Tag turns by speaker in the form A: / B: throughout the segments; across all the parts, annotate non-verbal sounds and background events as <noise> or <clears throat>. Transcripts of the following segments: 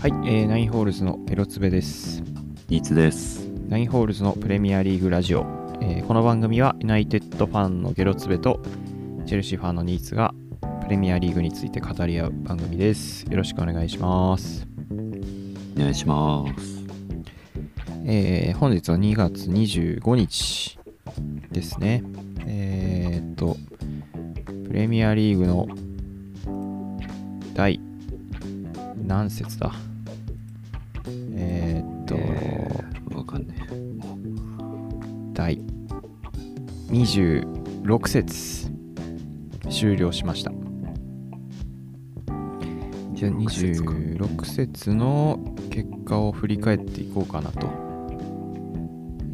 A: はい、えーナインホールズのテロツベです。
B: ニーツです。
A: ナインホールズのプレミアリーグラジオ。えーこの番組はユナイテッドファンのゲロツベとチェルシーファンのニーツがプレミアリーグについて語り合う番組です。よろしくお願いします。
B: お願いします。
A: えー本日は2月25日ですね。えーっと、プレミアリーグの第何節だえーっと、
B: えーわかんねえ。
A: 第26節終了しましたじゃあ26節の結果を振り返っていこうかなと、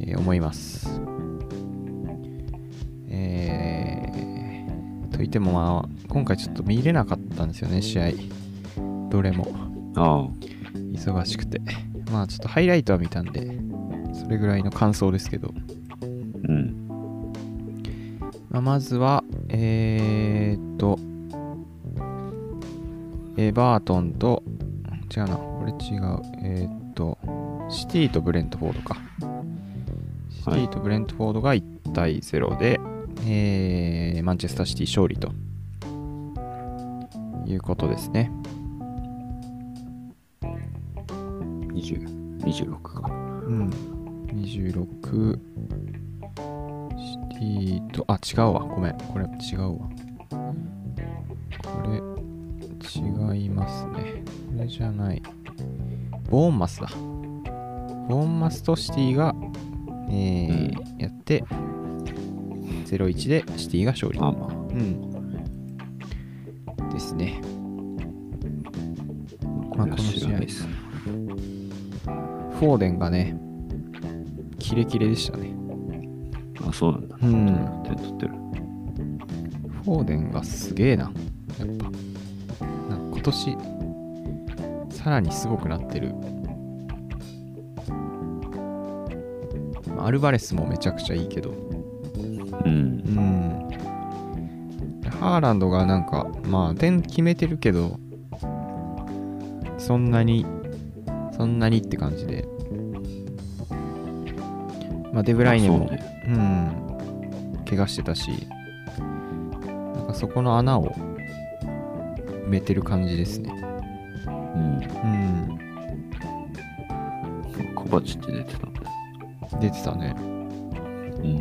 A: えー思いますえーといってもまあ今回ちょっと見れなかったんですよね試合どれも
B: あ
A: 忙しくてまあちょっとハイライトは見たんでそれぐらいの感想ですけど
B: あ、うん。
A: まあ、まずは、えー、っと、エバートンと、違うな、これ違う、えー、っと、シティとブレントフォードか。シテ
B: はい
A: ィとブレントフォードが1対0で、えーマンチェスターシティ勝利ということですね。
B: 20、26か。
A: うん、26シティとあ違うわごめんこれ違うわこれ違いますねこれじゃないボーンマスだボーンマスとシティが、えーやって0-1でシティが勝利
B: まあま
A: うんですね
B: あ。
A: まあこの試合
B: これは知らないです。
A: フォーデンがねキレキレでしたね
B: あ、そうなんだ。
A: うん
B: 点取ってる。
A: フォーデンがすげえな。やっぱ。なんか今年、さらにすごくなってる。アルバレスもめちゃくちゃいいけど。
B: うん
A: う。ん。ハーランドがなんか、まあ、点決めてるけど、そんなに、そんなにって感じで。まあ、デブライネ
B: ま
A: も
B: あそうね
A: うん、怪我してたし、なんかそこの穴を埋めてる感じですね。うん、
B: うん。コバチって出てたんだ。
A: 出てたね。
B: うん。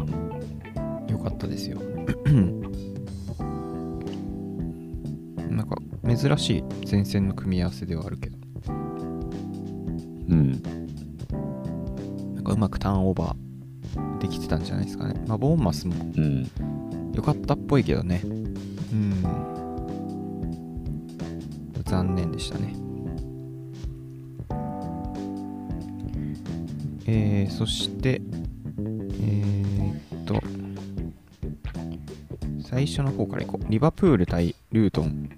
A: よかったですよ。 <clears throat> なんか珍しい前線の組み合わせではあるけど、
B: うん。
A: なんかうまくターンオーバーできてたんじゃないですかね。まあ、ボーンマスも
B: うん。
A: 良かったっぽいけどね。うん。残念でしたね。えー、そして、えー、っと、最初の方からいこう。リバプール対ルートン。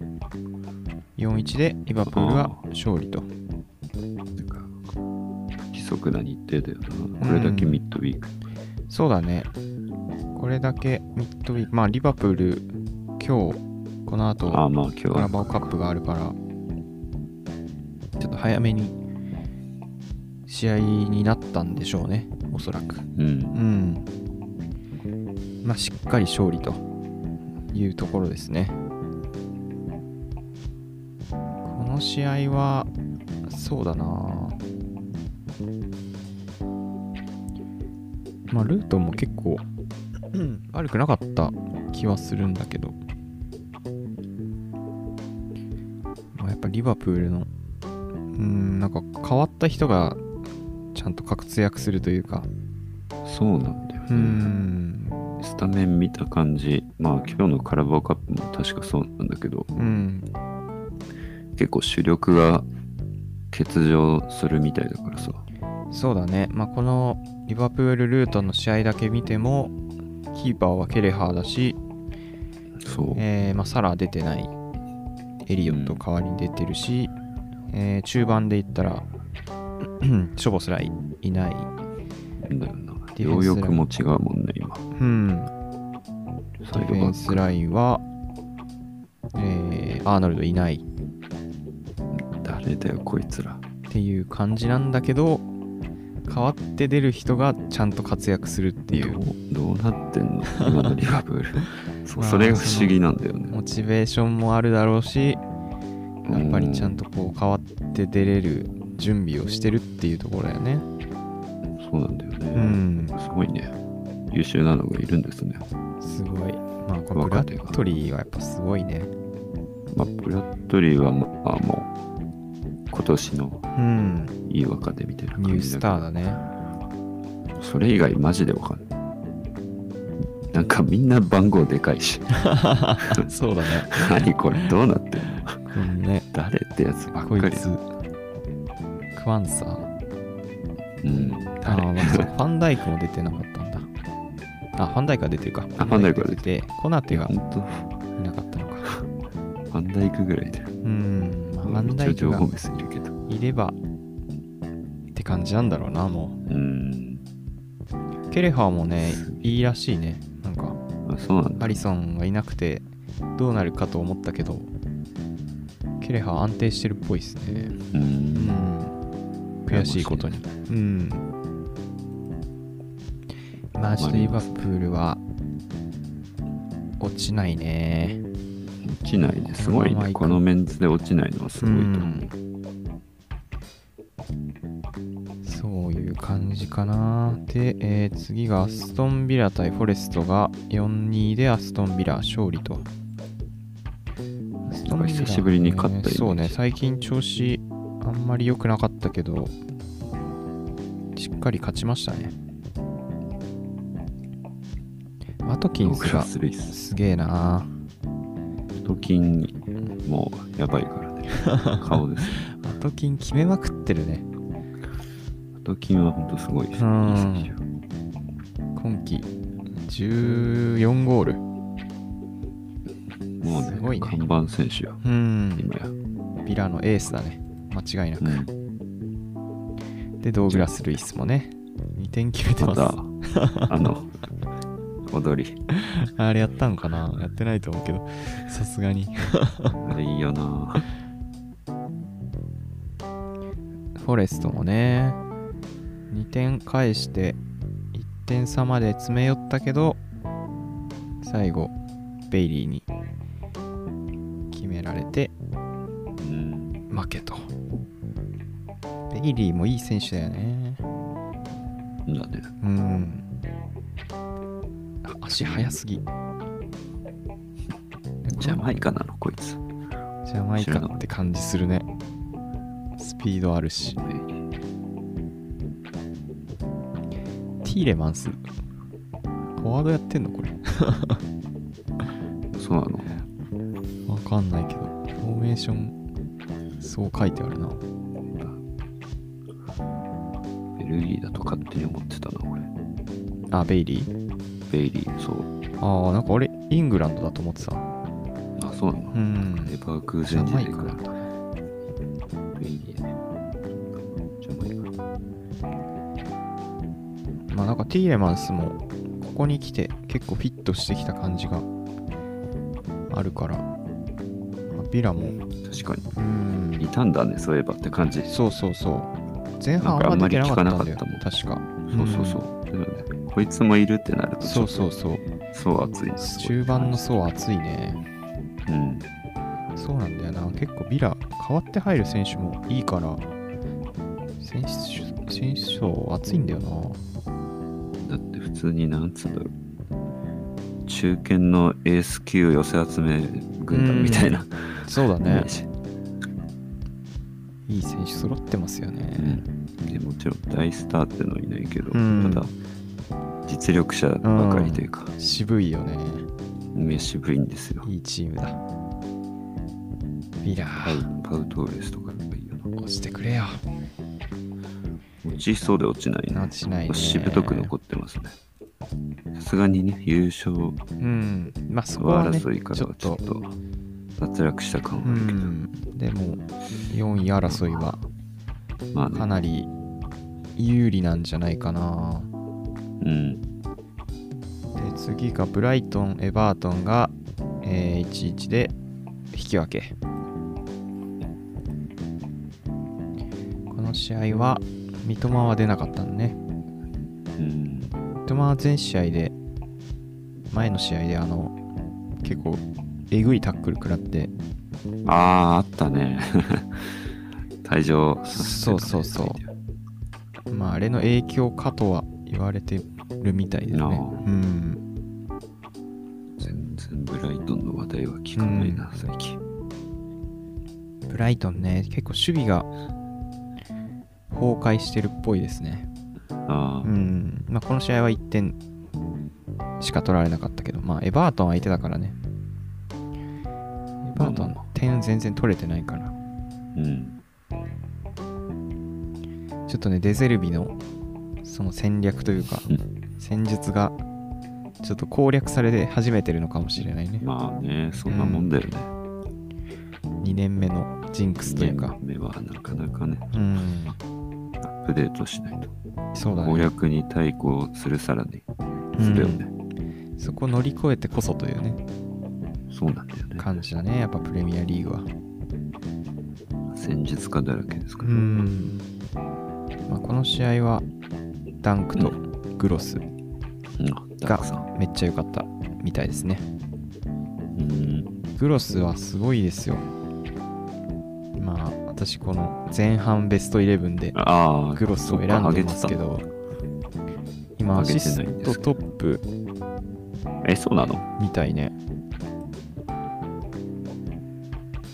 A: 4-1でリバプールが勝利と。
B: なんか、不規則な日程だよな。これだけミッドウィーク。
A: そうだね。これだけミッドウィーク。まあ、リバプール、今日、この後、
B: ああ、まあ今日
A: カラ
B: は。
A: バオカップがあるから、ちょっと早めに試合になったんでしょうね、おそらく。
B: うん。
A: うん。まあ、しっかり勝利というところですね。この試合は、そうだなまあ、ルートも結構、うん悪くなかった気はするんだけど、まあ、やっぱリバプールの、うん、なんか変わった人がちゃんと活躍するというか、
B: そうなんだよね。
A: うん、
B: スタメン見た感じ、まあ今日のカラバオカップも確かそうなんだけど、
A: うん、
B: 結構主力が欠場するみたいだからさ。
A: そうだね、まあ、このリバプール・ルートンの試合だけ見ても、キーパーはケレハーだし、
B: そう。
A: えーまあ、サラは出てない、エリオット代わりに出てるし、えー中盤で言ったら、 <clears throat> ショボスらいいない、
B: なんだよな。
A: ディフェン
B: 両
A: スライン
B: 翼も違うもんね、今。
A: うん、
B: サ
A: ディ
B: イ
A: フ
B: ド
A: ェ
B: バ
A: ンス
B: ッ
A: ラインは、えーアーノルドいない、
B: ク。誰だよ、こいつら。
A: っていう感じなんだけど代わって出る人がちゃんと活躍するっていう
B: どうどうなってんの今のリバプー
A: <laughs>
B: ルそう
A: まあ
B: それが不思議なんだよね
A: モチベーションもあるだろうしやっぱりちゃん
B: と
A: とこう変わって出れる準備をしてるっていうところやね
B: そうなんだよね、
A: うん
B: すごいね優秀なのがいるんですね、
A: すごいまあこのブラ
B: 若手が
A: ッドリーはやっぱすごいね
B: まあ、ブラッドリーはまあもう今年の
A: うん
B: いい若手みたいな
A: ニュ
B: 感
A: ー
B: じ
A: スタ
B: だ
A: ーだね
B: <laughs> けどそれ以外マジでわかんないなんかみんな番号でかいし
A: そうだね
B: 何これどうなってんの
A: このね
B: 誰ってやつばっ
A: こ
B: か
A: い
B: り
A: つクワンサー
B: うん
A: あー
B: 誰
A: まあそうファンダイクも出てなかったんだあファンダイクは出てるか
B: あファンダイクは出
A: てコナテが
B: 本当
A: いなかったのか
B: ファンダイクぐらいで
A: うん、まあ、ファンダ
B: 一応
A: イク
B: 情
A: が
B: 報メスいるけど
A: いればって感じなんだろうなも
B: うん
A: うケレハーもねいいらしいねなんか
B: あそうなんだ
A: ハリソンがいなくてどうなるかと思ったけどケレハー安定してるっぽいですね
B: う
A: うんん悔しいことにうんまあちょっとリバプールは落ちないね
B: 落ちないねすごい
A: このままいく
B: ねこのメンツで落ちないのはすごいと思う
A: そういう感じかな。で、えー次がアストンビラ対フォレストが4-2でアストンビラ勝利と。アストンビラね
B: 久しぶりに勝ったイメージ
A: そうね、最近調子あんまり良くなかったけど、しっかり勝ちましたね。ワトキ
B: ド
A: ン
B: グ
A: ス
B: ラ
A: が
B: ス・ルイス
A: すげえな。
B: トキンもうやばいから
A: <laughs>
B: ね顔です
A: ワトキン決めまくってるね。
B: トキンは本当すごいし
A: うん
B: いい選手よ
A: 今季14ゴール。
B: も
A: すご
B: う
A: い
B: ね
A: ね
B: 看板選手よ
A: うん。
B: 今や、うん
A: ビラのエースだね。間違いなく。で、ドーグラス・ルイスもね、2点決めて
B: ま
A: ます。
B: たあの踊り
A: <laughs> あれやったんかなやってないと思うけど、さすがに。
B: あれいいよな
A: フォレストもね、2点返して、1点差まで詰め寄ったけど、最後、ベイリーに決められて、
B: うん
A: 負けと。ベイリーもいい選手だよね。
B: だね
A: うん。あ足速すぎ。
B: ジャマイカなのこいつ
A: ジャマイカって感じするね。スピードあるし。ティーレマンス。フォワードやってんのこれ。
B: そうなの
A: わかんないけど。フォーメーション、そう書いてあるな。
B: ベルギーだと勝手に思ってたな俺
A: あ、ベイリー。
B: ベイリーそう
A: ああ、なんか俺、イングランドだと思ってた。
B: あそうなの
A: うん
B: エ。バークー
A: ジ
B: ゼン
A: ャ
B: 出
A: マイ
B: て
A: カ
B: く
A: な
B: る
A: んだね。
B: ベイリーねジャマイカ
A: まあなんかティーレマンスも、ここに来て結構フィットしてきた感じがあるから。あビラも。
B: 確か
A: うん
B: にいたんだねそういえばって感じ
A: そうそうそう。前半あんま出てなかったんだよ。確か。
B: そうそうそう。でもね、こいつもいるってなると、
A: そうそうそう。
B: そう熱いんですよ
A: 中盤の層熱いね。
B: うん。
A: そうなんだよな。結構ビラ、変わって入る選手もいいから、選手選手層熱いんだよな。
B: だって普通になんつうんだろう。中堅のエース級寄せ集め軍団みたいな、
A: そうだね
B: イメー。ジ
A: いい選手揃ってますよ
B: う
A: ね。
B: んでもちろん大スターってのはいないけど、
A: うん
B: ただ実力者ばかりというか、
A: 渋いよね。
B: 目渋いんですよ。
A: いいチームだ。ビラ、
B: パウパウトーレスとかやっぱいいよな。
A: 押してくれよ。
B: 落ちそうで落ちない
A: な
B: ね
A: ん。てしないね。
B: しぶとく残ってますね。さすがにね、優勝
A: うん。まあそこはね、ち
B: 争いから
A: ょ
B: は
A: っ
B: ちょ
A: と
B: っ。と脱落した感
A: う
B: はあるけど、
A: ん、でも4位争いは
B: まあ
A: か
B: ね、
A: なり有利なんじゃないかな。
B: うん、
A: で次がブライトン、エバートンが、えー1-1で引き分け。このの試合は三笘は出なかったのね
B: うん。
A: 三笘は全試合で前の試合であの結構えぐいタックル食らって
B: ああ、あったね。 <laughs> 退場させてた
A: そ
B: ね
A: うそうそうまああれの影響かとは言われてるみたいです
B: なあ
A: ねうん
B: 全然ブライトンの話題は聞かないな、
A: う
B: 最近。
A: ブライトンね結構守備が崩壊してるっぽいですね
B: ああ、
A: うん、まあ、この試合は1点しか取られなかったけど、まあ、エバートン相手だからね。エバートン点全然取れてないから。
B: うん。
A: ちょっとね、デゼルビのその戦略というか
B: う、
A: 戦術がちょっと攻略されて始めてるのかもしれないね。
B: まあね、そんなもんだよね。
A: 2年目のジンクスというか。
B: 目はなかなかね、
A: うん、
B: アップデートしないと。
A: そうだ
B: 公
A: ね。
B: 約に対抗するさらに、するよね。
A: そこ乗り越えてこそというね、
B: そうなんだよね。
A: 感じだね、やっぱプレミアリーグは。
B: 戦術家だらけですか
A: う
B: ら。
A: ん。まあ、この試合は、ダンクとグロス。
B: うん、た
A: が
B: くさん。
A: めっちゃ良かったみたいですね
B: うん。
A: グロスはすごいですよまあ私この前半ベストイレブンで
B: ああ、
A: グロスを選んでますけど今ア
B: 上げ
A: シ
B: て
A: ス
B: ないんで
A: ト
B: すけ
A: トップ
B: え、そうなの
A: みたいね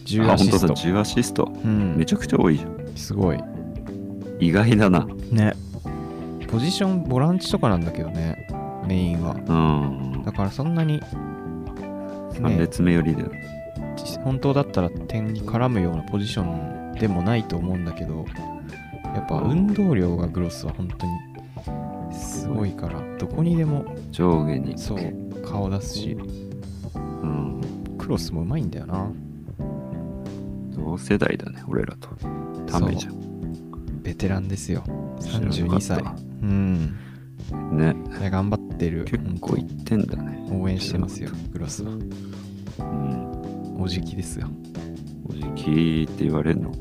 A: 10
B: あ、
A: ア
B: 本
A: シ
B: 当
A: ス
B: だ、
A: ト
B: 10アシスト。
A: うん
B: めちゃくちゃ多いじゃん。
A: すごい
B: 意外だな。
A: ねポジションボランチとかなんだけどねメインは
B: うん。
A: だからそんなに
B: 3列目よりだよ。
A: 本当だったら点に絡むようなポジションでもないと思うんだけどやっぱ運動量がグロスは本当にすごいからどこにでも
B: 上下に。
A: そう顔出すし
B: うん。
A: クロスもうまいんだよな
B: 同世代だね、俺らと。ためじゃん。
A: ベテランですよ
B: 知らなか
A: 32
B: っ
A: 歳
B: た
A: うん
B: ね、
A: いや頑張ってる
B: 結構いってんだね。
A: 本当応援してますよグロスは
B: うん。
A: おじきですよ
B: おじきって言われるの。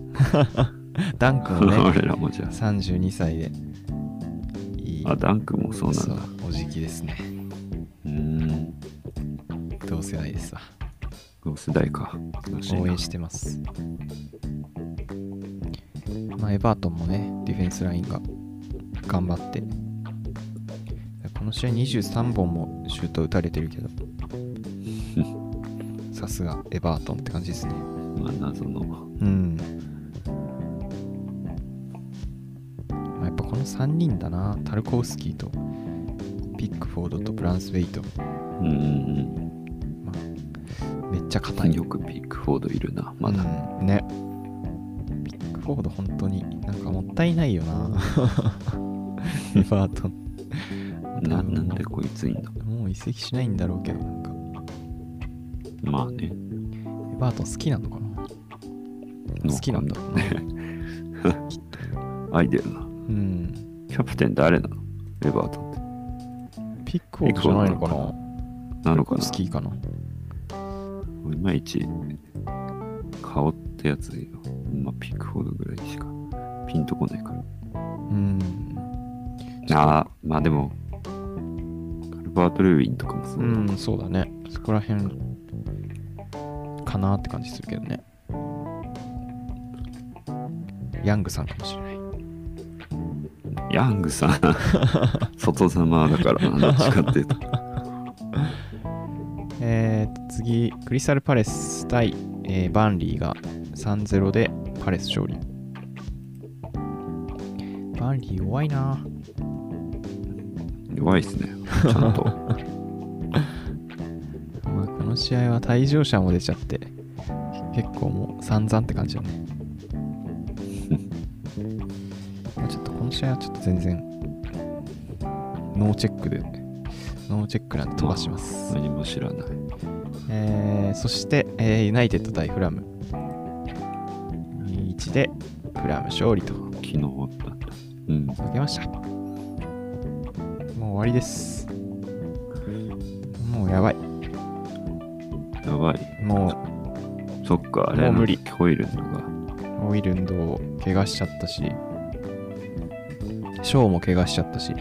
A: ダンクもね
B: <laughs> 俺らもじゃ
A: 32歳でいい
B: あ。あ、ダンクもそうなん
A: そ
B: だ
A: う。おじきですね
B: うん。
A: 同世代ですわ
B: 同世代か。悲しいな
A: 応援してます。まあ、エバートンもね、ディフェンスラインが頑張って。この試合23本もシュート打たれてるけ
B: <laughs>
A: ど。さすがエバートンって感じですね。
B: まあ、謎の。
A: うん。まあ、やっぱこの3人だな。タルコウスキーとピックフォードとブランスウェイト。
B: うんうん
A: まあ、めっちゃ
B: う
A: 硬い
B: ん。よくピックフォードいるな、まだ。
A: うんねピックフォード本当になんかもったいないよな
B: <laughs>
A: エバートン
B: ななんでこいついんだ
A: もう移籍しないんだろうけどなんか
B: まあね。
A: エバートン好きなのかな好きなんだろうな
B: アイデルな。
A: うん
B: キャプテン誰なのエバートンって。
A: ピックフォードじゃないのかな
B: なのかな
A: 好きかない
B: まいち、顔ってやつよ。まあ、ピックフォードぐらいしかピンとこないから。
A: うん
B: ああ、まあでも、カルバートルーインとかもそう
A: う
B: だ、
A: んそうだねそこら辺かなって感じするけどねヤングさんかもしれない
B: ヤングさ
A: <laughs>
B: ん、外様だからな、どっちかっていうと。
A: えーと次、クリスタルパレス対、えーバンリーが3-0でパレス勝利。バンリー弱いな。
B: 弱いっすね、ちゃんと。
A: <laughs> まあ、この試合は退場者も出ちゃって、結構もう散々って感じだね。 <laughs> まあちょっとこの試合はちょっと全然、ノーチェックで、ノーチェックなんで飛ばします。
B: 何も知らない。
A: えーそして、えーユナイテッド対フラム。2-1でフラム勝利と。
B: 昨日あったんだ。うん。
A: 負けましたもう終わりですもうやばい
B: やばい。
A: も
B: そっか、あれ
A: もう
B: の
A: 無理
B: 聞こえるのが。
A: うオイルンドを怪我しちゃったしショーも怪我しちゃったし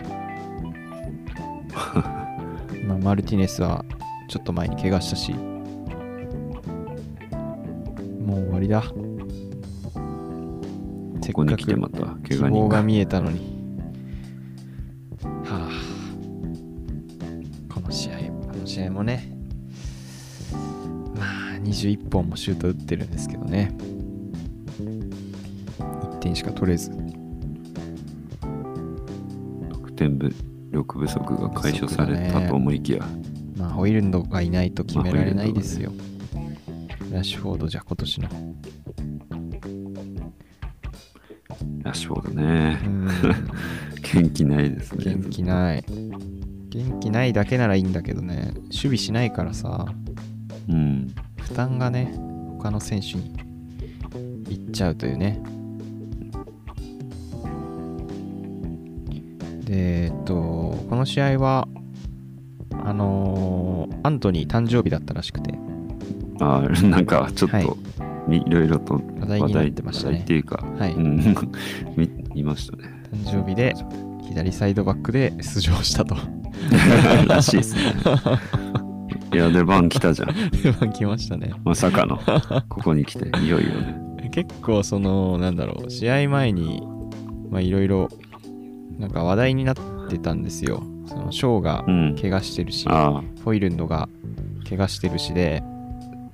A: <laughs> まあマルティネスはちょっと前に怪我したしもう終わりだせっ
B: ここに
A: か
B: 来て
A: く
B: また怪
A: 希
B: 我人
A: 望が
B: が
A: 見えたのにはあこの試合この試合もねまあ21本もシュート打ってるんですけどね1点しか取れず
B: 得点部力不足が解消されたと思いきや、
A: まあ、ホイルンドがいないと決められないですよ。ラッシュフォードじゃ今年の。
B: ラッシュフォードね
A: う、ん、
B: <laughs> 元気ないですね。
A: <laughs> 元気ない。元気ないだけならいいんだけどね、守備しないからさ、
B: うん。
A: 負担がね、他の選手にいっちゃうというね。で、えっと、この試合は、あのーアントニー誕生日だったらしくて、
B: ああ、なんかちょっと、
A: はい
B: みいろいろと
A: 話題になってましたね
B: 話題っていうか、
A: はい
B: うん、 <laughs> み見まし
A: <laughs>
B: たね。
A: 誕生日で左サイドバックで出場したと。 <laughs>
B: らしいですね。いや、で、バン来たじゃん。
A: 出番来ましたね。
B: まさか
A: <laughs>
B: の、ここに来て、いよいよね。
A: 結構そのなんだろう試合前にまあいろいろなんか話題になってたんですよ。そのショーが
B: うん。
A: 怪我してるし、
B: ああ、
A: ホイルンドが怪我してるしで、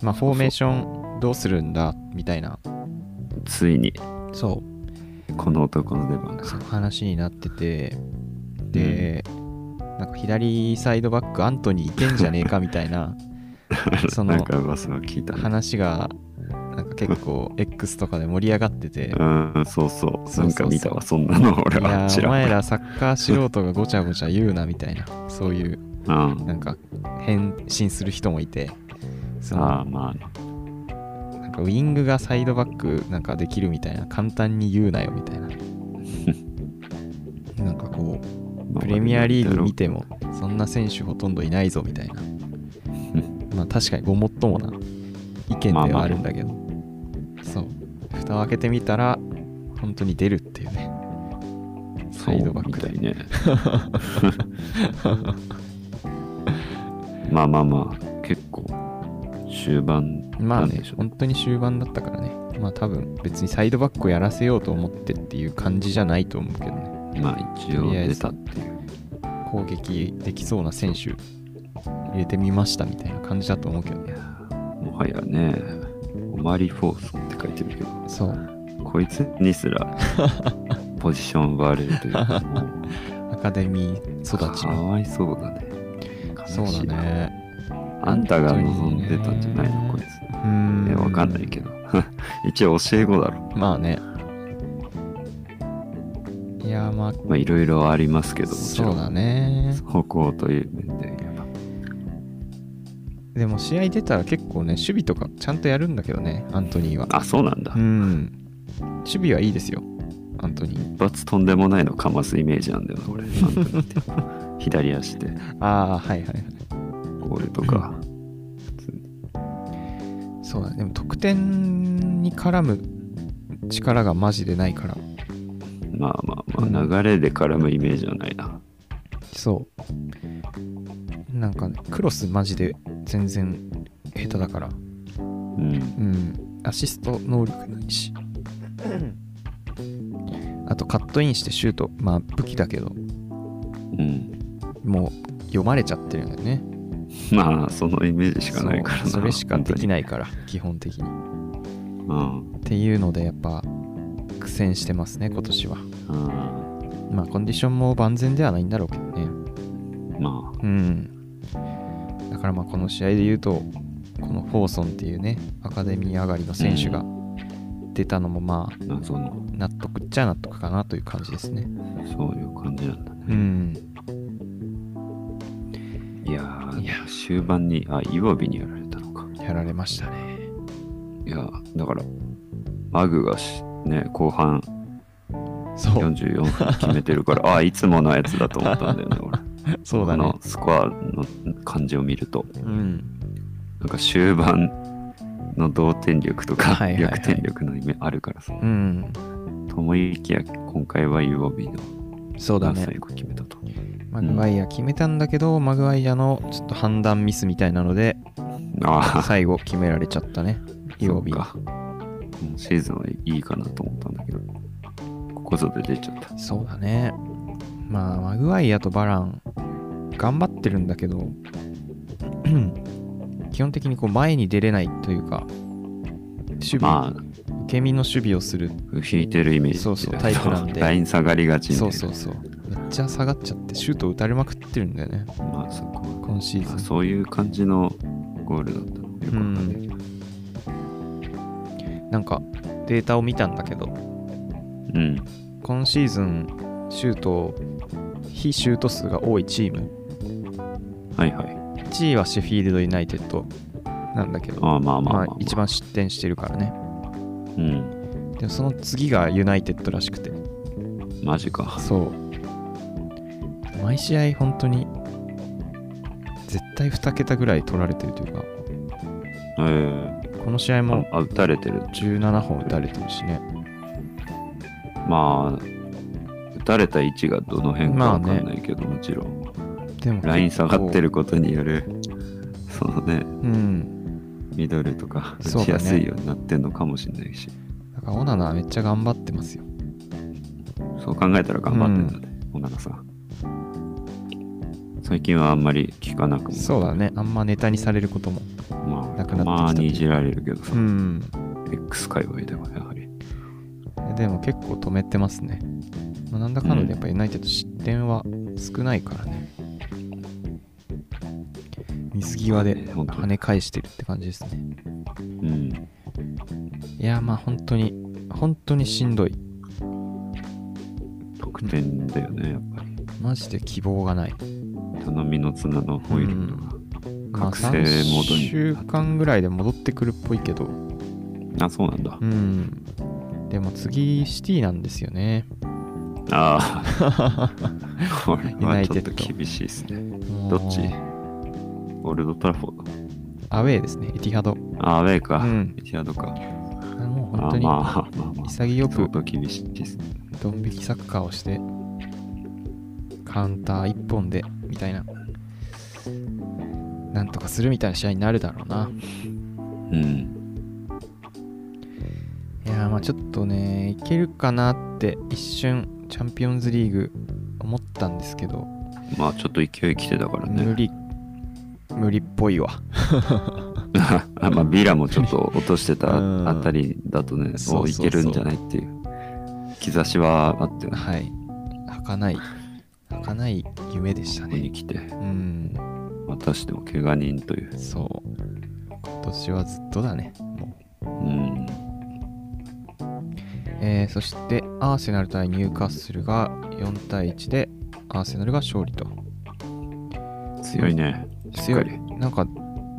A: まあフォーメーションどうするんだみたいな
B: ついに、
A: そ
B: この男の出番
A: う
B: が。
A: そう話になっててで、なんか左サイドバックアントニーいけんじゃねえかみたい
B: <laughs>
A: なその
B: なんか噂を聞いたね。
A: 話がなんか結構 X とかで盛り上がってて。
B: うん、そうそう。
A: そうそうそう
B: なんか見たわ、そんなの俺
A: いや
B: は。ち
A: ーお
B: ら
A: 前らサッカー素人がごちゃごちゃ言うなみたいなそういう
B: うん。
A: なんか返信する人もいてそ
B: あ
A: の
B: あ、まあね、
A: なんかウイングがサイドバックなんかできるみたいな簡単に言うなよみたい
B: <laughs>
A: ななんかこう
B: まあ
A: プレミアリーグ見てもそんな選手ほとんどいないぞみたい
B: <laughs>
A: なまあ確かにごもっともな意見ではあるんだけど、そう蓋を開けてみたら本当に出るっていうねサイドバック
B: そう
A: で
B: みたいね <laughs> まあまあまあ結構終盤
A: ま
B: な
A: あ
B: ん
A: ね
B: でし、ょう、
A: 本当に終盤だったからね。まあ多分別にサイドバックをやらせようと思ってっていう感じじゃないと思うけどね。
B: まあ一応出たっていう
A: 攻撃できそうな選手入れてみましたみたいな感じだと思うけどね。
B: もはやねオマリ・フォーソンって書いてるけど
A: そう。
B: こいつにす
A: <laughs>
B: らポジション奪われるというかもう
A: アカデミー育ち
B: か
A: の。
B: わいそうだね
A: そうだね。
B: あんたが望んでたんじゃないのこいつ
A: う
B: い
A: ー
B: や
A: ん。
B: わかんないけど <laughs> 一応教え子だろ
A: まあね。いや、まあ、
B: まあいろいろありますけどもちろ
A: そ
B: ん
A: うだね。
B: 歩行という面で言えば
A: でも試合出たら結構ね、守備とかちゃんとやるんだけどね、アントニーは。
B: あそうなんだ、
A: うん。守備はいいですよ、アントニー。
B: 一発とんでもないのかますイメージなんだよな <laughs> 俺なんとなく左足で
A: ああ、はいはいはい。
B: ゴールとか
A: そうだね。でも得点に絡む力がマジでないから。
B: まあまあまあ流れで絡むイメージはないな
A: そう。なんかね、クロスマジで全然下手だから。
B: うん
A: うん。アシスト能力ないし。
B: <laughs>
A: あとカットインしてシュート、まあ武器だけど、
B: うん
A: もう読まれちゃってるんだよね。
B: まあそのイメージしかないから
A: そ
B: な
A: うそれしかでき
B: い
A: ないから、基本的に。っ
B: うん
A: ていうので、やっぱ苦戦してますね、今年は。
B: あ
A: まあコンディションも万全ではないんだろうけどね。
B: ーま
A: うん。だからまあこの試合で言うと、このフォーソンっていうね、アカデミー上がりの選手が出たのもまあ
B: あ謎の
A: 納得っちゃ納得かなという感じですね。
B: そういう感じなんだね
A: うん。
B: いやーいや終盤にあ岩火にやられたのか
A: やられましたね。
B: いやだからマグがしね後半
A: そう、
B: 44分決めてる
A: <laughs>
B: から、あいつものやつだと思ったんだよね、俺。
A: そうだ
B: あ
A: ね
B: の。スコアの感じを見ると、
A: うん。
B: なんか終盤の同点力とか、
A: はいはいはい
B: 逆転力の意味あるからさ、
A: うん。
B: ともいきや今回は UOB の
A: そうだね
B: 最後決めたと。
A: マグワイア決めたんだけど、マグワイアのちょっと判断ミスみたいなので
B: あ
A: 最後決められちゃったね
B: あ、
A: 曜日
B: そうか。今シーズンはいいかなと思ったんだけど、ここぞで出ちゃった。
A: そうだねまあマグワイアとバラン頑張ってるんだけど <clears throat> 基本的にこう前に出れないというか守備、
B: ま
A: 受け身の守備をする
B: あ、引いてるイメージ
A: そうそうタイプなんで
B: ライン下がりがちみた
A: そ
B: いうな
A: そうそうめっちゃ下がっちゃってシュート打たれまくってるんだよね
B: まあそこは
A: 今シーズ
B: あ
A: ン
B: そういう感じのゴールだったのよかったね。
A: なんかデータを見たんだけど
B: うん。
A: 今シーズンシュート非シュート数が多いチーム
B: はいはい。
A: 1位はシェフィールド・ユナイテッドなんだけど
B: ああまあまあまあ、
A: ま
B: ま
A: あ
B: あ、
A: 一番失点してるからね
B: うん。
A: でもその次がユナイテッドらしくて
B: マジか。
A: そう毎試合本当に絶対2桁ぐらい取られてるというか
B: えー、
A: この試合も
B: あ、打たれてる。
A: 17本打たれてるしね
B: まあ、打たれた位置がどの辺か
A: まあ
B: わ
A: ね
B: かんないけど、もちろん。
A: でも
B: ライン下がって
A: る
B: ることによる、そのね、
A: うん
B: ミドルとか
A: そうだね
B: 打ちやすいようになってんのかもしれないし、
A: だからオナナはめっちゃ頑張ってますよ
B: そう考えたら頑張ってんだね、小長さん。最近はあんまり聞かなくも、
A: そうだねあんまネタにされることも
B: まあ、
A: なく
B: た
A: なってきた
B: まにいじられるけどさ、
A: うん
B: X 界隈でもやはり。
A: でも結構止めてますね。まあ、なんだかんだでやっぱユナイテッド失点は少ないからね。水際で
B: 本当
A: 跳ね返してるって感じですね。
B: うん。
A: いや、まあ本当に、本当にしんどい。
B: 得点だよね、やっぱり。
A: マジで希望がない。
B: 頼みの綱のホイールとか。
A: まあ
B: 覚醒モードに
A: 3週間ぐらいで戻ってくるっぽいけど、
B: あ、そうなんだ
A: う。ん。でも次、シティなんですよ
B: <laughs>
A: ね。
B: ああ。これ
A: <laughs> ユナ
B: は
A: イ
B: ちょ
A: テ
B: っ
A: ッ
B: と
A: ド
B: 厳しいですね。
A: ど
B: どっちオールドトラフォード。
A: アウェーですね、エティハド。
B: あ、アウェイか。
A: うん
B: エティアドか。
A: あもう
B: あ
A: 本当に
B: まあまあまあ、
A: 潔
B: 相
A: く
B: 当厳しいですね。
A: ドン引きサッカーをしてカウンター1本でみたいななんとかするみたいな試合になるだろうな
B: うん。
A: いやーまあちょっとねいけるかなって一瞬チャンピオンズリーグ思ったんですけど
B: まあちょっと勢い来てたから
A: 無
B: ね。
A: 理無理っぽいわ
B: あ <laughs> まあビラもちょっと落として
A: うん
B: たあたりだとね、
A: そ
B: お
A: うそう
B: うい
A: そう
B: けるんじゃないっていう兆しはあって、こ
A: はい儚い儚い夢でした
B: こ
A: ね
B: に来て、
A: うん
B: またしても怪我人という。
A: そう今年はずっとだねもう
B: うん。
A: えーそしてアーセナル対ニューカッスルが4対1でアーセナルが勝利と
B: 強いね。しっ
A: 強
B: か
A: い
B: り。
A: なんか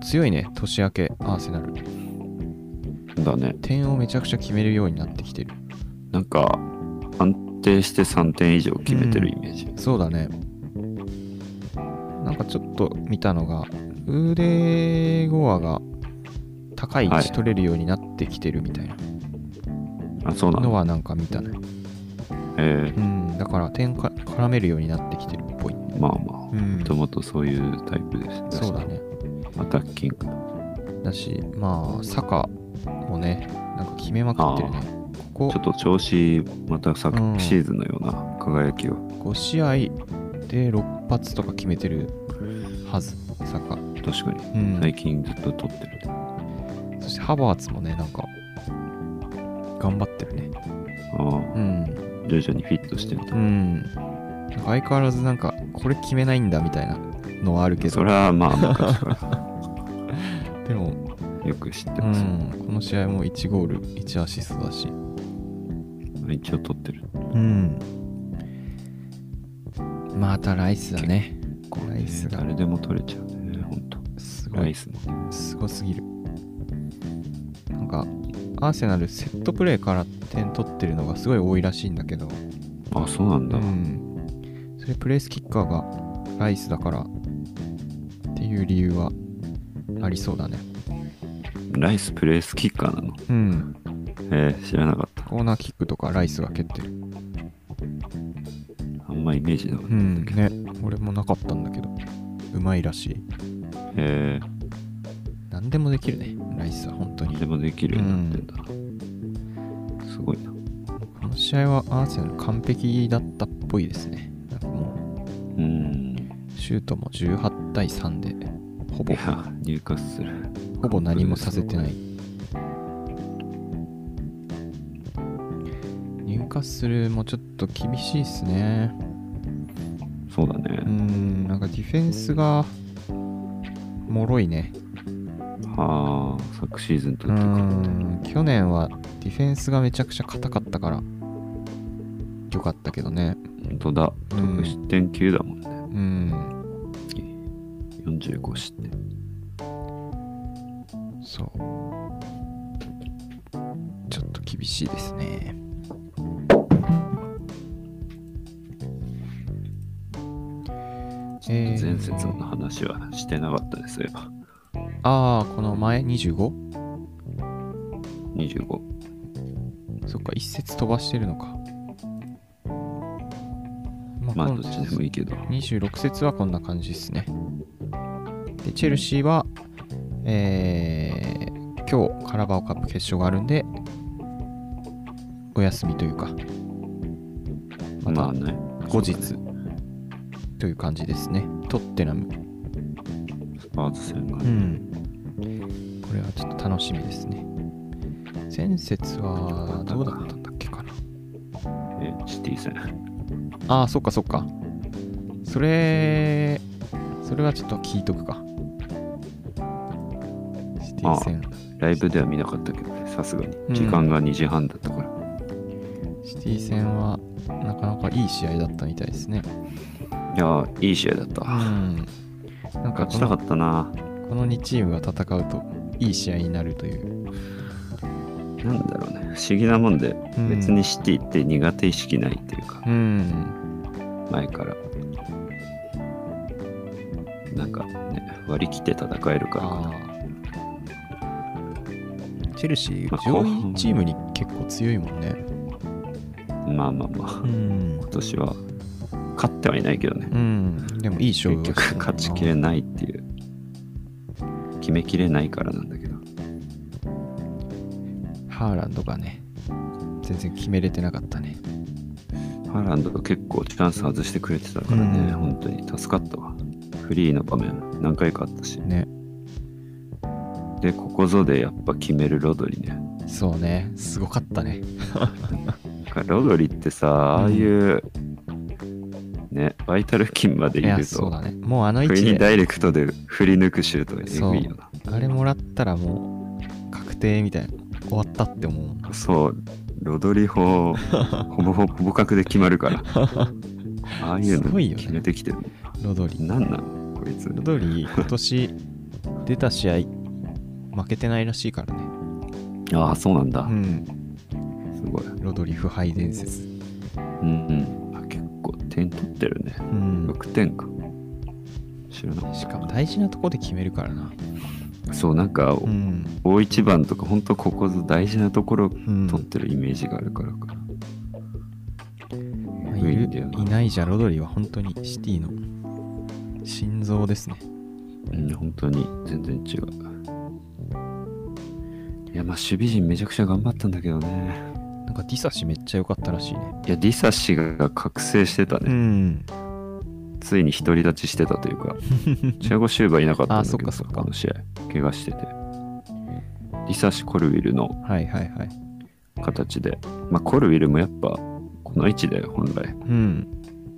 A: 強いね年明けアーセナル
B: だね。
A: 点をめちゃくちゃ決めるようになってきてる
B: なんか、安定して3点以上決めてるイメージ。
A: そうだねなんかちょっと見たのが腕ゴアが高い位
B: はい
A: 置取れるようになってきてるみたいな
B: あ、そうな
A: の
B: の。
A: はなんか見たね
B: え
A: うんだから点か絡めるようになってきてるっぽい
B: ーまあま
A: う
B: あ、
A: ん
B: もともとそういうタイプですね。
A: そうだ。ね
B: アタッキング。
A: だしまあサカもねなんか決めまくってるねこ
B: ちょっ
A: こと
B: 調子、また昨
A: うん
B: シーズンのような輝きを、
A: 5試合で6発とか決めてるはずサカ、う
B: 確かに、
A: ん
B: 最近ずっと取ってる。
A: そしてハバーツもねなんか頑張ってるね
B: あ
A: うん
B: あ、徐々にフィットしてる
A: う
B: と。
A: んなんか相変わらずなんかこれ決めないんだみたいなのはあるけ
B: そ
A: ど
B: れはまあ、昔
A: <laughs>
B: か
A: でも、
B: らよく知って
A: う
B: ます。
A: ん、この試合も1ゴール1アシストだし
B: 一応取ってる。
A: うんまたライスだねライスが
B: 誰でも取れちゃうね、ほんと。
A: すご
B: ラ
A: い
B: イスもね。
A: すごすぎる。なんか、アーセナル、セットプレーから点取ってるのがすごい多いらしいんだけど、
B: あ、そうなん
A: う
B: だ。
A: ん。それ、プレースキッカーがライスだからっていう理由はありそうだね。
B: ライスプレースキッカーなの。
A: うん。
B: えー、知らなかった。
A: コーナーキックとかライスが蹴ってる。
B: あんんまイメージなかっ
A: う
B: たん
A: ん
B: だけど。
A: ね俺もなかったんだけどうまいらしい
B: え
A: 何でもできるねライスは本当に
B: ー、でもできるようになってんだ。すごいな。
A: この試合はアーセナル完璧だったっぽいですねなんかも
B: うん。
A: うシュートも18対3でほ
B: い
A: ぼ
B: や、入荷する。
A: ほぼ何もさせてない。入荷するもちょっと厳しいっすね。
B: そうだね
A: うー。ん、なんかディフェンスが、脆いね。
B: はあ、昨シーズンと
A: う
B: ってかって。
A: ん、去年はディフェンスがめちゃくちゃ硬かったから、良かったけどね。
B: 本当だ。
A: うん
B: 得失点級だもんね。
A: うん、
B: 45失点。
A: そう。ちょっと厳しいですね。えー
B: 前節の話はしてなかったですよ。
A: ああ、この前 25?
B: 25。
A: そっか、一節飛ばしてるのか。ま
B: まあ、
A: この
B: どっちでもいいけど。
A: 26節はこんな感じですね。で、チェルシーは、えー、今日カラバオカップ決勝があるんで、お休みというか、ま
B: ま
A: た
B: あね。
A: 後日という感じですね。トッテナム。
B: スパーズ戦が
A: う。ん。これはちょっと楽しみですね。前節はどうだったんだっけかな。
B: えーシティ戦。
A: ああ、そっかそっか。それ、それはちょっと聞いとくか。シティ戦、
B: ライブでは見なかったけどね、さすがに
A: う。ん
B: 時間が2時半だったから。
A: シティ戦はなかなかいい試合だったみたいですね。
B: いやー、いい試合だった。
A: うん。なんかこ
B: 勝ちたか
A: の
B: ったな。
A: この2チームが戦うといい試合になるという。
B: なんだろうね。不思議なもんで、
A: うん
B: 別にシティって苦手意識ないっていうか、
A: うん。
B: 前から。なんかね、割り切って戦えるからか
A: あ
B: な。
A: ーチェルシー
B: ま、あ
A: 上
B: 後半
A: 位チームに結構強いもんね。
B: まあまあまあ、
A: ん。
B: 今年は勝ってはいないけどね。
A: うん。でもいい勝負
B: 結
A: を
B: 局
A: してるな
B: 勝ちきれないっていう。決めきれないからなんだけど。
A: ハーランドがね、全然決めれてなかったね。
B: ハーランドが結構チャンス外してくれてたからね、
A: うん
B: 本当に助かったわ。フリーの場面何回かあったし。
A: ね。
B: で、ここぞでやっぱ決めるロドリね。
A: そうね、すごかったね。
B: ロドリってさ、ああいう、ね、バイタル金まで
A: い
B: 入れ
A: や、
B: る
A: そうだ
B: と、
A: ね。もうあの位
B: 不意
A: 置
B: に
A: で、
B: ダイレクトで振り抜くシュートが
A: そう
B: えぐいよな。
A: あれもらったらもう確定みたいな。終わったって思うもん。
B: そう、ロドリ法、ほぼほぼほぼ角で決まるから。
A: <laughs>
B: ああいう
A: すご
B: の
A: いよね
B: 決めてきてる。
A: ロドリ。
B: なんなんこいつ。
A: ロドリ、今年出た試合、負けてないらしいからね。
B: ああ、そうなんだ
A: う。ん。
B: すごい。
A: ロドリ不敗伝説。
B: うんうん。あ結構点取ってるね
A: う。ん。
B: 6点か。知らなかっ
A: しかも大事なとこで決めるからな。
B: た。そう、なんか、
A: うん。
B: 大一番とか、ほんとここぞ大事なところ
A: うん
B: 取ってるイメージがあるからか。
A: まあい
B: いい
A: る
B: んだよない
A: ないじゃロドリは本当にシティの心臓ですね。
B: うん、本当に全然違う。いや、まあ、守備陣めちゃくちゃ頑張ったんだけどね。
A: なんかディサシめっちゃ良かったらしいね。
B: いや、ディサ氏が覚醒してた
A: う
B: ね。
A: ん。
B: ついに独り立ちしてたとい
A: <laughs>
B: うか、チアゴ・シューバーいなかったんだけど
A: あそっかそっか
B: この試合、怪我してて。ディサ氏、コルウィルの
A: はいはいはい。
B: 形で、まあ、コルウィルもやっぱ、この位置で本来、
A: うん。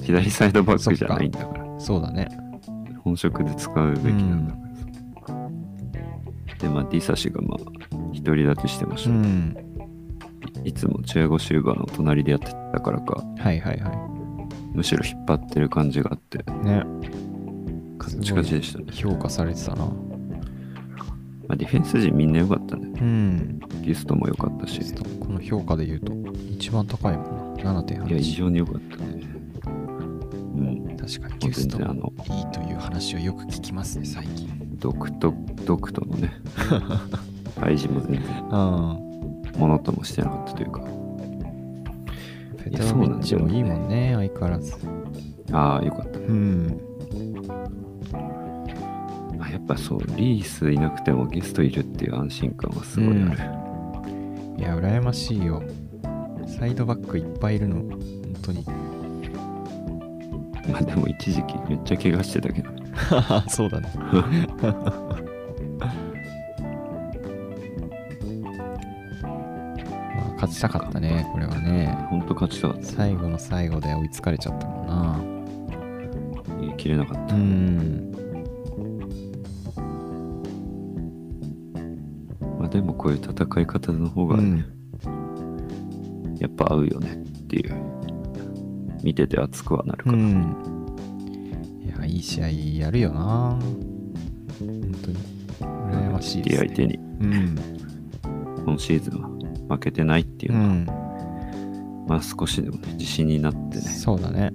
B: 左サイドバックじゃないんだから、
A: そうだね。
B: 本職で使うべきなんだから。で、まあ、ディサ氏が、まあ、独り立ちしてまし
A: う
B: たね。
A: ん。
B: いつもチェゴシューバーの隣でやってたからか、
A: はいはいは
B: むしろ引っ張ってる感じがあって、
A: い。ね。
B: カッチカチでしたね。
A: 評価されてたな。
B: まあ、ディフェンス陣みんな良かったね。
A: うん。
B: ギストも良かったし、い
A: この評価で言うと一番高いもんな。
B: や、非
A: 7.8。
B: 常に良かったね。うん、
A: 確かにギ
B: 全
A: ュスト
B: 然あ
A: も
B: の、
A: いいという話をよく聞きますね、最近。
B: 独特、独特のね、対峙も全然
A: うん。
B: ものともしてなかったというか、
A: ペトロビッチもいいもんね、相変わらず。
B: ああ、よかった。
A: うん。
B: あやっぱそう、リースいなくてもゲストいるっていう安心感はすごいある。
A: いや、羨ましいよ。サイドバックいっぱいいるの、本当に。
B: まあでも一時期めっちゃ怪我してたけど。
A: そう
B: <laughs>
A: だね。まあ勝ちたかったね、これはね。
B: ほんと勝ちたかった。
A: 最後の最後で追いつかれちゃったもんな。
B: 逃げ切れなかった。
A: うん。
B: まあでもこういう戦い方の方が、
A: うん、
B: やっぱ合うよねっていう。見てて熱くはなるか
A: う
B: ら。
A: ん。いや、いい試合やるよな。本当に。羨ましいです、
B: 相
A: ね。
B: 手に
A: うん。
B: 今シーズンは負けてないっていう
A: う
B: のは、
A: ん。
B: まあ少しでもね、自信になってね、
A: そうだね。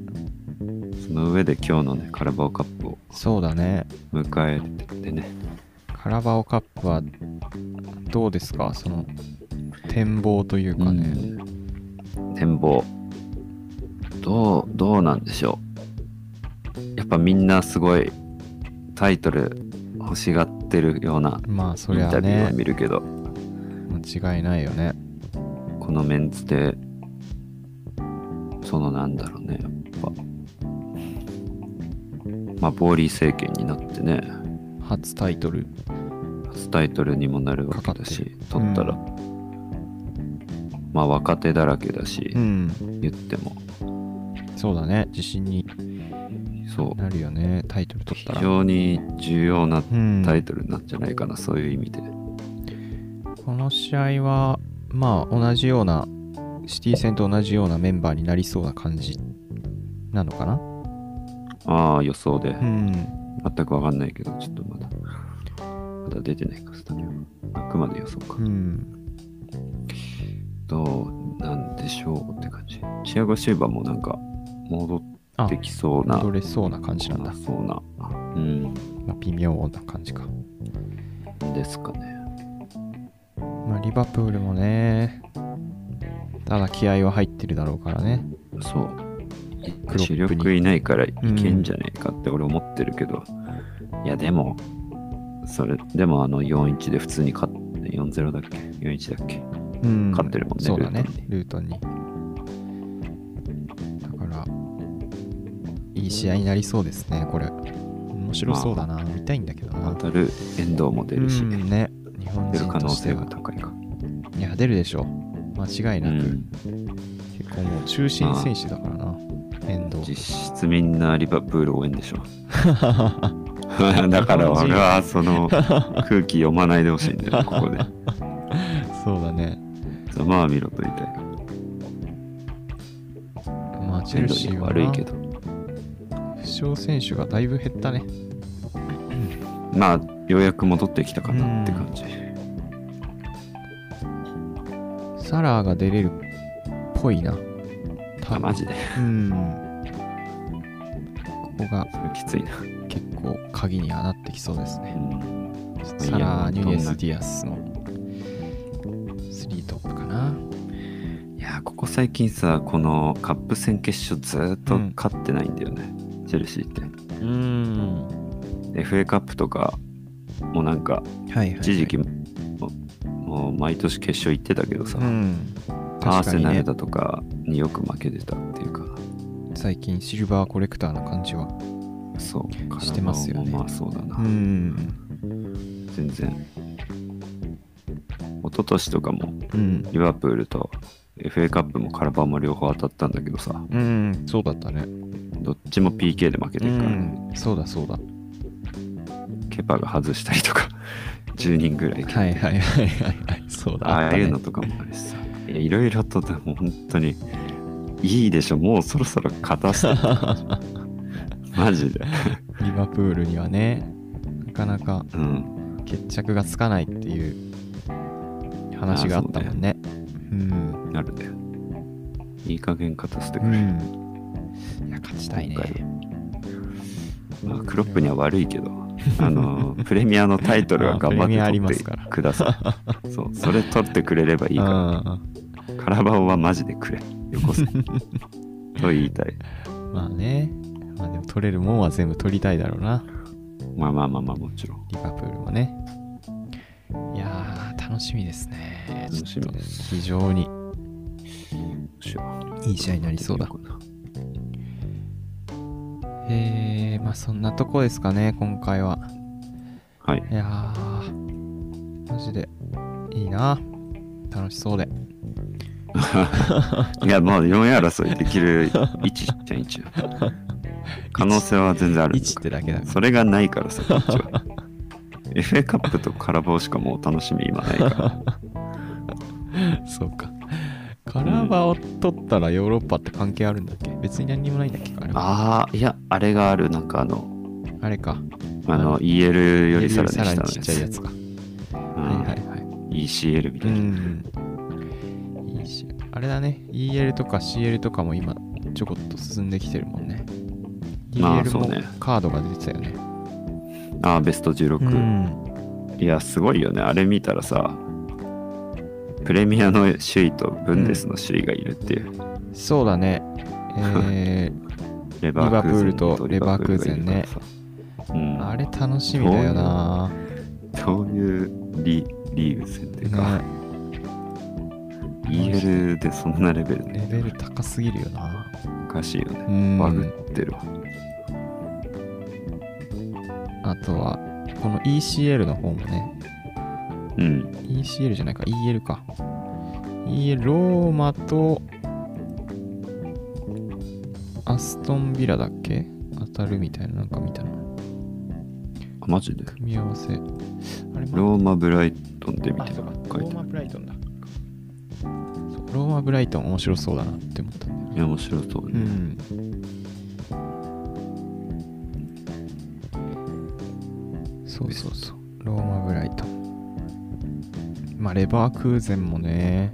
B: その上で今日のね、カラバオカップを
A: そうだね。
B: 迎えてね、
A: カラバオカップはどうですかその展望というかね。
B: うん展望どうどうなんでしょうやっぱみんなすごいタイトル欲しがってるような
A: まあそ
B: イン
A: りゃ
B: タビューは
A: ね、
B: 見るけど、
A: 間違いないよね。
B: このメンツでそのなんだろうねやっぱまあボーリー政権になってね
A: 初タイトル。
B: 初タイトルにもなるわけだ
A: かかっ
B: し取ったら、まあ若手だらけだし、
A: うん。
B: 言っても
A: そうだね。自信に
B: そう
A: なるよね。タイトル取った
B: 非
A: ら。
B: 常に重要な
A: うん、
B: タイトルなんじゃないかな、そういう意味で。
A: この試合は、まあ同じような、シティ戦と同じようなメンバーになりそうな感じなのかな
B: ああ、予想で。
A: うん。
B: 全くわかんないけど、ちょっとまだ。まだ出てないか、スタメンは。あくまで予想か。
A: うん。
B: どうなんでしょうって感じ。チアゴ・シューバもなんか、戻っ
A: あ
B: て、きそうな。
A: 取れそうな感じなんだ
B: 戻。そうな。うん。
A: まあ微妙な感じか。
B: ですかね。
A: まあ、リバプールもね、ただ気合は入ってるだろうからね。
B: そう。
A: プに
B: 主力いないからいけんじゃねえかって俺思ってるけど。いや、でも、それ、でもあの4-1で普通に勝って、4-0だっけ ?4-1 だっけ
A: うん
B: 勝ってるもんね
A: そうだね、ル
B: ル
A: ートンに。だから、いい試合になりそうですね、これ。面白そうだな、見たいんだけど
B: 当
A: な。
B: たる遠藤も出るし、
A: うんね、日本
B: 出る
A: 人
B: 可能
A: として
B: 性が
A: は。
B: 高いか。
A: いや、出るでしょう。間違いうなく。
B: ん、
A: 結構もう中心選手だからな、遠藤。
B: 実質みんなリバプール応援でしょ。だから俺はその空気読まないでほしいんだよ、ここで。
A: そうだね。
B: ざまあ見ろと言いたい。
A: まあ、チェ
B: 遠
A: ル
B: 藤
A: シ
B: に
A: ー
B: は
A: は
B: 悪い
A: な
B: けど。
A: 負傷選手がだいぶ減ったね。
B: まあ、ようやく戻ってきたかなって感じ。
A: サラーが出れるっぽいな。
B: あ、マジで。
A: うん。ここが
B: それきついな。
A: 結構鍵にはなってきそうです
B: う
A: ね。
B: ん
A: サラー、ニューエス・ディアスの3トップかな。
B: いやー、ここ最近さ、このカップ戦決勝ずーっと勝ってないんだよね、チェルシーって。
A: うん。
B: FA カップとかもなんか
A: はいはい。
B: 一時期も,、もう毎年決勝行ってたけどさ、
A: うん。
B: アー
A: 確か
B: セ
A: に
B: ナ
A: ね
B: ル、だとかによく負けてたっていうか
A: 最近シルバーコレクターな感じは。
B: そうか
A: してますよね
B: まあそうだな、
A: ん。
B: 全然一昨年とかも
A: うん。
B: リバプールと FA カップもカラバンも両方当たったんだけどさ
A: うん、そうだったね。
B: どっちも PK で負けてるからね、
A: そうだそうだ。
B: ケパが外したりとか <laughs> 10人ぐらい、
A: はいはいはいはいはい。そうだ。
B: ああいうの
A: ったね
B: とかもあるしさいやいろいろとでも本当にいいでしょもうそろそろ勝たせてって感じマジ
A: <laughs>
B: で
A: <laughs> リバプールにはね、なかなか
B: うん
A: 決着がつかないっていう話があったもんね。うん。
B: なるね。いい加減勝たせてく
A: うん。
B: れ。
A: いや、勝ちたいね。
B: 今回まあ、クロップには悪いけど、あ <laughs> の、プレミアのタイトルは頑張
A: あプレミアあ
B: っ
A: り
B: て
A: ま
B: 取っ
A: す
B: て
A: から
B: <laughs> ください。そう、それ取ってくれればいいか
A: うん
B: ら、カラバオはマジでくれ。よこ <laughs> せと言いたい
A: まあね。まあでも取れるもんは全部取りたいだろうな。
B: まあまあまあまあもちろん
A: リバプールもね。いやー、楽しみですね。
B: 楽しみです
A: 非常にいい試合になりそうだ。えー、まあそんなとこですかね、今回は。
B: はい
A: いやー、マジでいいな。楽しそうで。
B: いやもう4位争いできる1じゃん <laughs> 一応可能性は全然ある
A: 1ってだけだから
B: それがないからさこっちは FA カップとカラボーしかもう楽しみ今ないから
A: そうか。カラバを取ったらヨーロッパって関係あるんだっけ別に何にもないんだっけカラバ
B: <laughs> ああいやあれがあるなんかあの
A: あれか。
B: あ
A: あの
B: の EL よりさらに
A: さら
B: 下
A: に
B: の
A: ちっちゃいやつか。
B: うん
A: はいはいはい。
B: ECL みた
A: う
B: いな、
A: ん。いいし。あれだね。EL とか CL とかも今ちょこっと進んできてるもんね。
B: まあ
A: EL
B: そう
A: も
B: ね
A: カードが出てたよね。
B: ああベスト16、
A: ん。
B: いやすごいよねあれ見たらさプレミアの首位とブンデスの首位がいるっていう、
A: そうだね。え
B: <laughs>
A: ー、
B: レバークーゼン
A: リバプールとレバークーゼンね
B: リバプールがいるからさうん、
A: あれ楽しみだよな。
B: どういうリリーグ戦っていうか、
A: ね
B: EL でそんなレベル
A: レ
B: ね
A: ベル高すぎるよな。
B: おかしいよね
A: ん
B: バグってるわ
A: あとは、この ECL の方もね、
B: うん、
A: ECL じゃないか、EL か。EL、ローマと、アストンビラだっけ当たるみたいな、なんか見たな。
B: あマジで
A: 組み合わせ。あれ、ま
B: ローマ・ブライトンでみ
A: あ
B: たい
A: そ
B: な
A: うか
B: の書
A: ロ
B: い
A: ー
B: てあ
A: マ・ブライトンだ。そうローマ・ブライトン面白そうだなって思ったんだよ
B: るいや面白そう
A: う
B: ね、
A: ん。そうそうそう。ローマ・ブライトン。まあ、レバークーゼンもね、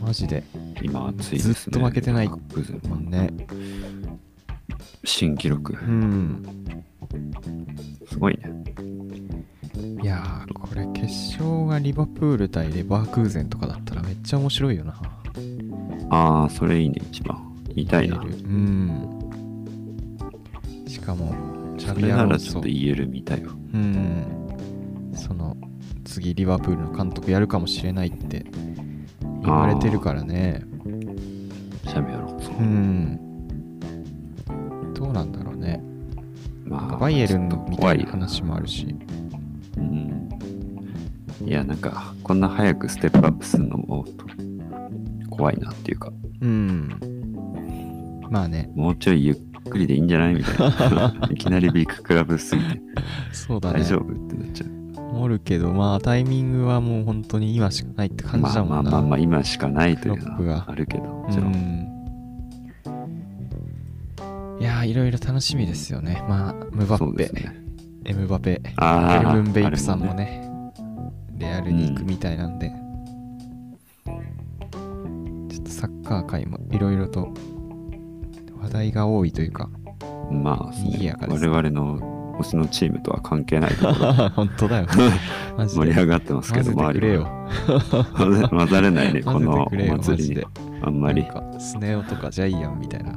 A: マジで、
B: 今熱いですね
A: ずっと負けてない
B: レバークーゼン
A: もんね。
B: 新記録、
A: うん。
B: すごいね
A: いやー、これ決勝がリバプール対レバークーゼンとかだったらめっちゃ面白いよな。
B: ああそれいいね一番見たいな
A: 見えるうん。しかも、
B: それならちょっと EL 見たいわ
A: うん、その次リバプールの監督やるかもしれないって言われてるからね
B: シャビアロンソ
A: うんどうなんだろうね
B: ま
A: バイエルン
B: ちょ
A: の
B: っと
A: みた
B: 怖
A: い
B: い
A: な話もあるし
B: うんいやなんかこんな早くステップアップするのもと怖いなっていうか
A: うんまあね
B: もうちょいゆっくりでいいんじゃないみたい
A: <laughs>
B: ないきなりビッグクラブすぎて
A: そうだね
B: 大丈夫ってなっちゃう
A: おるけどまあタイミングはもう本当に今しかないって感じ
B: ま
A: だ
B: あ
A: も
B: ま
A: んな
B: あまあまあ今しかないという
A: クロップ
B: の
A: が
B: はあるけどもちろん、
A: うんいやーいろいろ楽しみですよねまあムバ
B: そう
A: ッ
B: で
A: ペ、
B: すね
A: エムバペ
B: あ
A: エ
B: あ
A: ルブン・ベイプさんもねレアルに行くみたいなんで、ちょっとサッカー界もいろいろと話題が多いという
B: <laughs>
A: か
B: あれもねまあそう
A: 賑やかです
B: 我々の推しのチームとは関係ないところ
A: 本当だよ <laughs> マジ
B: 盛り
A: で
B: 上がってますけ
A: 混
B: ど
A: ぜてくれよ
B: は混ぜ混ざれないね、こ
A: <laughs> 混ぜ
B: の
A: て
B: お
A: くれよマ
B: 祭
A: ジ
B: りに
A: で。
B: あんまり。
A: なんかスネ夫とかジャイアンみ
B: <laughs>
A: たいな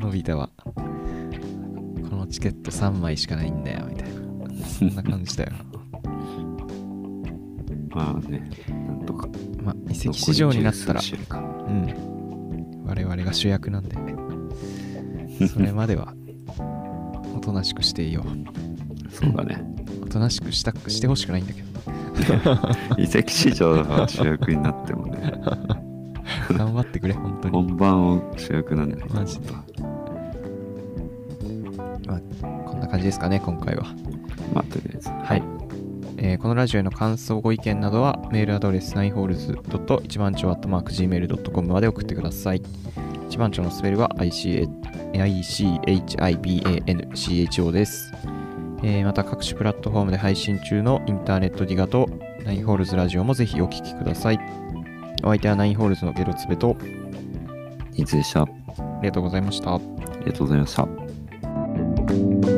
A: のび太はこのチケット3枚しかないんだよみたいなそんな感じだ
B: <laughs>
A: よな
B: まあね、なんとか。
A: まあ移籍市場になったら
B: 残り十数試合か
A: うん、我々が主役なんで、それまではおとなしくしていよう。
B: <laughs> そうだね。
A: おとなしくしたくしてほしくないんだけど、
B: 移籍市場が主役になってもね、
A: 頑張ってくれ、本当に。
B: 本番を主役なんだよ
A: <laughs> マジでまあ、こんな感じですかね、今回は。
B: まあ、とりあえず。
A: はい。えーこのラジオへの感想、ご意見などは、メールアドレス 9holes. 番町 .gmail.com まで送ってください。一番町のスペルは ICH ICHIBANCHO です。えーまた各種プラットフォームで配信中のインターネットディガと9ホールズラジオもぜひお聞きください。お相手は9ホールズのゲロツベと
B: いつでした。あ
A: ありがとうございました。
B: りがとうございました。
A: 「